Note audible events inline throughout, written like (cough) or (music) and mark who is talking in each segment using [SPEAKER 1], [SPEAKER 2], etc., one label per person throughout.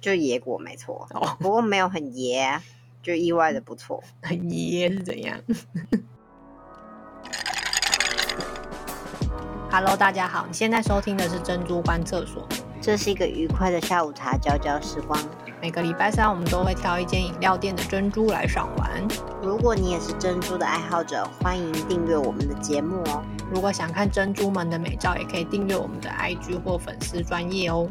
[SPEAKER 1] 就野果没错，
[SPEAKER 2] 哦
[SPEAKER 1] 不过没有很野啊，就意外的不错。
[SPEAKER 2] 很爷是怎样？Hello，大家好，你现在收听的是珍珠观厕所。
[SPEAKER 1] 这是一个愉快的下午茶交交时光。
[SPEAKER 2] 每个礼拜三，我们都会挑一间饮料店的珍珠来赏玩。
[SPEAKER 1] 如果你也是珍珠的爱好者，欢迎订阅我们的节目哦。
[SPEAKER 2] 如果想看珍珠们的美照，也可以订阅我们的 IG 或粉丝专业哦。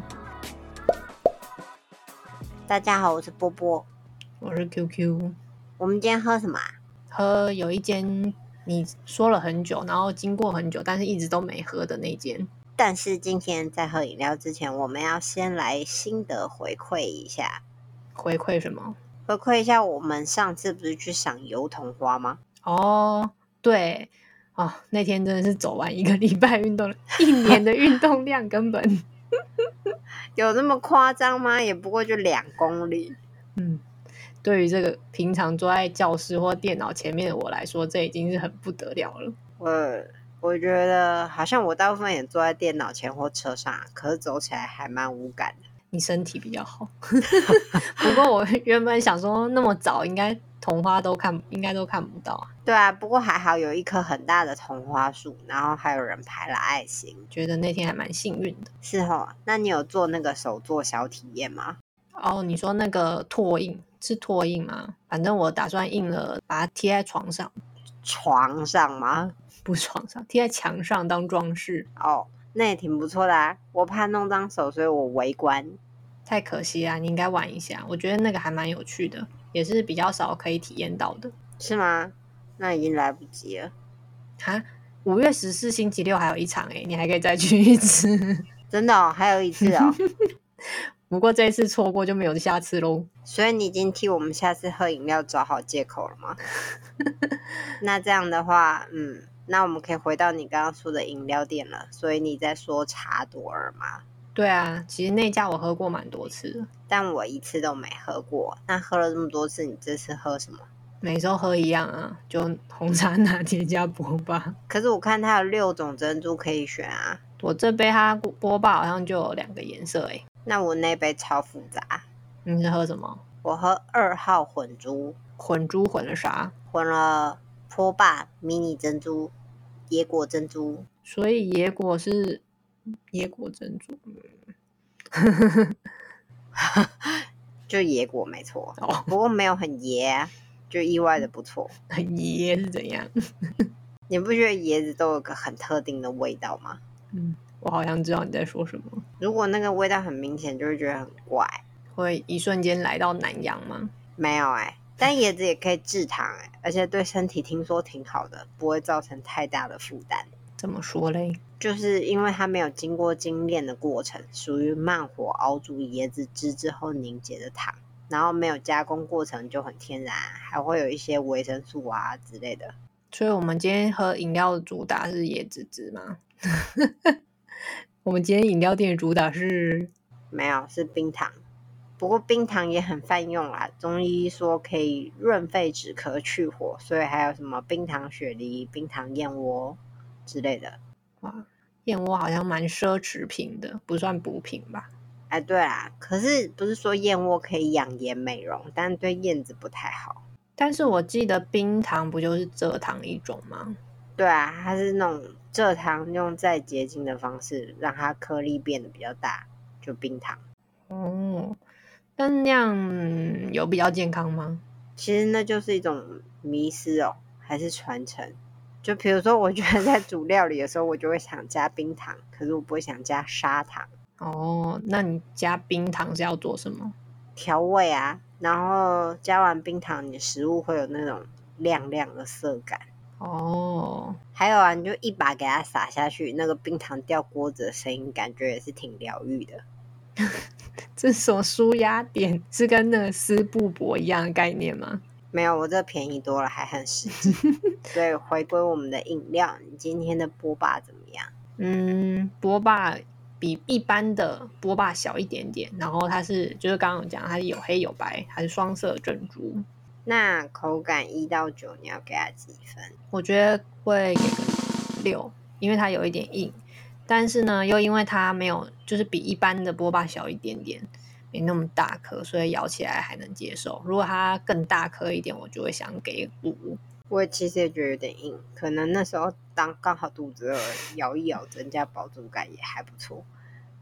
[SPEAKER 1] 大家好，我是波波。
[SPEAKER 2] 我是 QQ，
[SPEAKER 1] 我们今天喝什么、啊？
[SPEAKER 2] 喝有一间你说了很久，然后经过很久，但是一直都没喝的那间。
[SPEAKER 1] 但是今天在喝饮料之前，我们要先来心得回馈一下，
[SPEAKER 2] 回馈什么？
[SPEAKER 1] 回馈一下我们上次不是去赏油桐花吗？
[SPEAKER 2] 哦，对啊、那天真的是走完一个礼拜运动量，一年的运动量根本， (laughs)
[SPEAKER 1] 有那么夸张吗？也不过就两公里。
[SPEAKER 2] 嗯，对于这个平常坐在教室或电脑前面的我来说，这已经是很不得了了。
[SPEAKER 1] 我我觉得好像我大部分也坐在电脑前或车上啊，可是走起来还蛮无感的。
[SPEAKER 2] 你身体比较好， (laughs) 不过我原本想说那么早应该桐花都看，应该都看不到啊，
[SPEAKER 1] 对啊，不过还好有一棵很大的桐花树，然后还有人排了爱心。
[SPEAKER 2] 觉得那天还蛮幸运的。
[SPEAKER 1] 是哦，那你有做那个手作小体验吗？
[SPEAKER 2] 哦，你说那个拓印是拓印吗？反正我打算印了，把它贴在床上，
[SPEAKER 1] 床上吗？
[SPEAKER 2] 不是床上，贴在墙上当装饰。
[SPEAKER 1] 哦，那也挺不错的啊。我怕弄脏手，所以我围观。
[SPEAKER 2] 太可惜啊啦，你应该玩一下，我觉得那个还蛮有趣的，也是比较少可以体验到的。
[SPEAKER 1] 是吗？那已经来不及了，
[SPEAKER 2] 哈，五月十四星期六还有一场诶、欸你还可以再去一次， (laughs)
[SPEAKER 1] 真的哦，还有一次哦。
[SPEAKER 2] 不过这一次错过就没有下次喽。
[SPEAKER 1] 所以你已经替我们下次喝饮料找好借口了吗？ (laughs) 那这样的话，嗯，那我们可以回到你刚刚说的饮料店了。所以你在说茶朵儿吗？
[SPEAKER 2] 对啊，其实那家我喝过蛮多次的，
[SPEAKER 1] 但我一次都没喝过。那喝了这么多次，你这次喝什么？
[SPEAKER 2] 每周喝一样啊，就红茶拿铁加波霸。
[SPEAKER 1] 可是我看它有六种珍珠可以选啊。
[SPEAKER 2] 我这杯它波霸好像就有两个颜色诶、欸
[SPEAKER 1] 那我那杯超复杂，
[SPEAKER 2] 你是喝什么？
[SPEAKER 1] 我喝二号混珠，
[SPEAKER 2] 混珠混了啥？
[SPEAKER 1] 混了波霸、迷你珍珠、椰果珍珠。
[SPEAKER 2] 所以野果是野果珍珠，嗯
[SPEAKER 1] 就椰果没错，
[SPEAKER 2] 哦 (laughs)
[SPEAKER 1] 不过没有很椰啊，就意外的不错。
[SPEAKER 2] 很野是怎样？
[SPEAKER 1] 你不觉得椰子都有个很特定的味道吗？
[SPEAKER 2] 嗯，我好像知道你在说什么。
[SPEAKER 1] 如果那个味道很明显，就会觉得很怪。
[SPEAKER 2] 会一瞬间来到南洋吗？
[SPEAKER 1] 没有哎、但椰子也可以制糖哎、而且对身体听说挺好的，不会造成太大的负担。
[SPEAKER 2] 怎么说嘞？
[SPEAKER 1] 就是因为它没有经过精炼的过程，属于慢火熬煮椰子汁之后凝结的糖，然后没有加工过程就很天然，啊还会有一些维生素啊之类的。
[SPEAKER 2] 所以我们今天喝饮料的主打是椰子汁吗？ (laughs) 我们今天饮料店的主打是
[SPEAKER 1] 没有，是冰糖。不过冰糖也很泛用啦，中医说可以润肺止咳去火，所以还有什么冰糖雪梨、冰糖燕窝之类的。
[SPEAKER 2] 哇，燕窝好像蛮奢侈品的，不算补品吧？
[SPEAKER 1] 哎，对啦，可是不是说燕窝可以养颜美容，但对燕子不太好。
[SPEAKER 2] 但是我记得冰糖不就是蔗糖一种吗？
[SPEAKER 1] 对啊，它是那种蔗糖用再结晶的方式，让它颗粒变得比较大，就冰糖。
[SPEAKER 2] 哦，但那样、嗯有比较健康吗？
[SPEAKER 1] 其实那就是一种迷失哦，还是传承。就比如说，我觉得在煮料理的时候，我就会想加冰糖，可是我不会想加砂糖
[SPEAKER 2] 哦，那你加冰糖是要做什么？
[SPEAKER 1] 调味啊。然后加完冰糖，你的食物会有那种亮亮的色感。
[SPEAKER 2] 哦，
[SPEAKER 1] 还有啊，你就一把给它撒下去，那个冰糖掉锅子的声音，感觉也是挺疗愈的。
[SPEAKER 2] 这是什么舒压点？是跟那个丝布帛一样的概念吗？
[SPEAKER 1] 没有，我这便宜多了，还很实际。所以回归我们的饮料，你今天的波霸怎么样？
[SPEAKER 2] 嗯，波霸比一般的波霸小一点点，然后它是就是刚刚有讲，它是有黑有白，它是双色珍珠，
[SPEAKER 1] 那口感一到九，你要给它几分？
[SPEAKER 2] 我觉得会给个六，因为它有一点硬，但是呢又因为它没有就是比一般的波霸小一点点，没那么大颗，所以咬起来还能接受。如果它更大颗一点，我就会想给五。
[SPEAKER 1] 我其实也觉得有点硬，可能那时候当刚好肚子饿，咬一咬增加饱足感也还不错。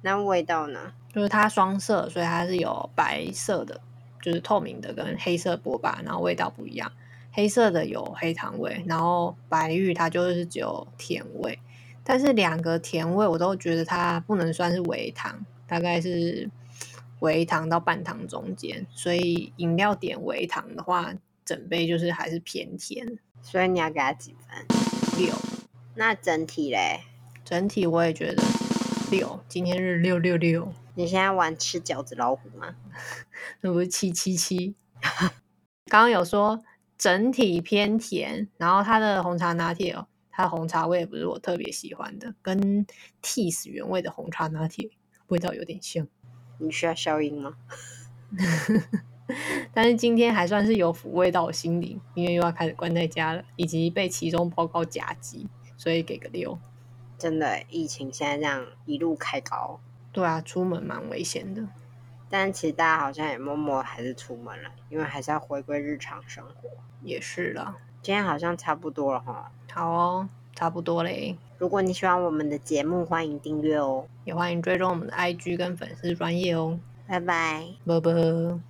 [SPEAKER 1] 那味道呢？
[SPEAKER 2] 就是它双色，所以它是有白色的，就是透明的跟黑色波霸，然后味道不一样。黑色的有黑糖味，然后白玉它就是只有甜味。但是两个甜味我都觉得它不能算是微糖，大概是微糖到半糖中间。所以饮料点微糖的话，整杯就是还是偏甜
[SPEAKER 1] 所以你要给它几分？
[SPEAKER 2] 六。
[SPEAKER 1] 那整体嘞？
[SPEAKER 2] 整体我也觉得六，今天是六六六，
[SPEAKER 1] 你现在玩吃饺子老虎吗？
[SPEAKER 2] 那不是七七七。 (laughs) 刚刚有说整体偏甜，然后它的红茶拿铁哦，它的红茶味不是我特别喜欢的，跟 Teas 原味的红茶拿铁味道有点像。
[SPEAKER 1] 你需要消音吗？
[SPEAKER 2] 但是今天还算是有抚慰到我心灵，因为又要开始关在家了，以及被期中报告夹击，所以给个六。
[SPEAKER 1] 真的，疫情现在这样一路开高，
[SPEAKER 2] 对啊，出门蛮危险的。
[SPEAKER 1] 但其实大家好像也默默还是出门了，因为还是要回归日常生活。
[SPEAKER 2] 也是啦，
[SPEAKER 1] 今天好像差不多了哈。
[SPEAKER 2] 好哦，差不多嘞。
[SPEAKER 1] 如果你喜欢我们的节目，欢迎订阅哦。
[SPEAKER 2] 也欢迎追踪我们的 IG 跟粉丝专业哦，
[SPEAKER 1] 拜拜。
[SPEAKER 2] 啵啵。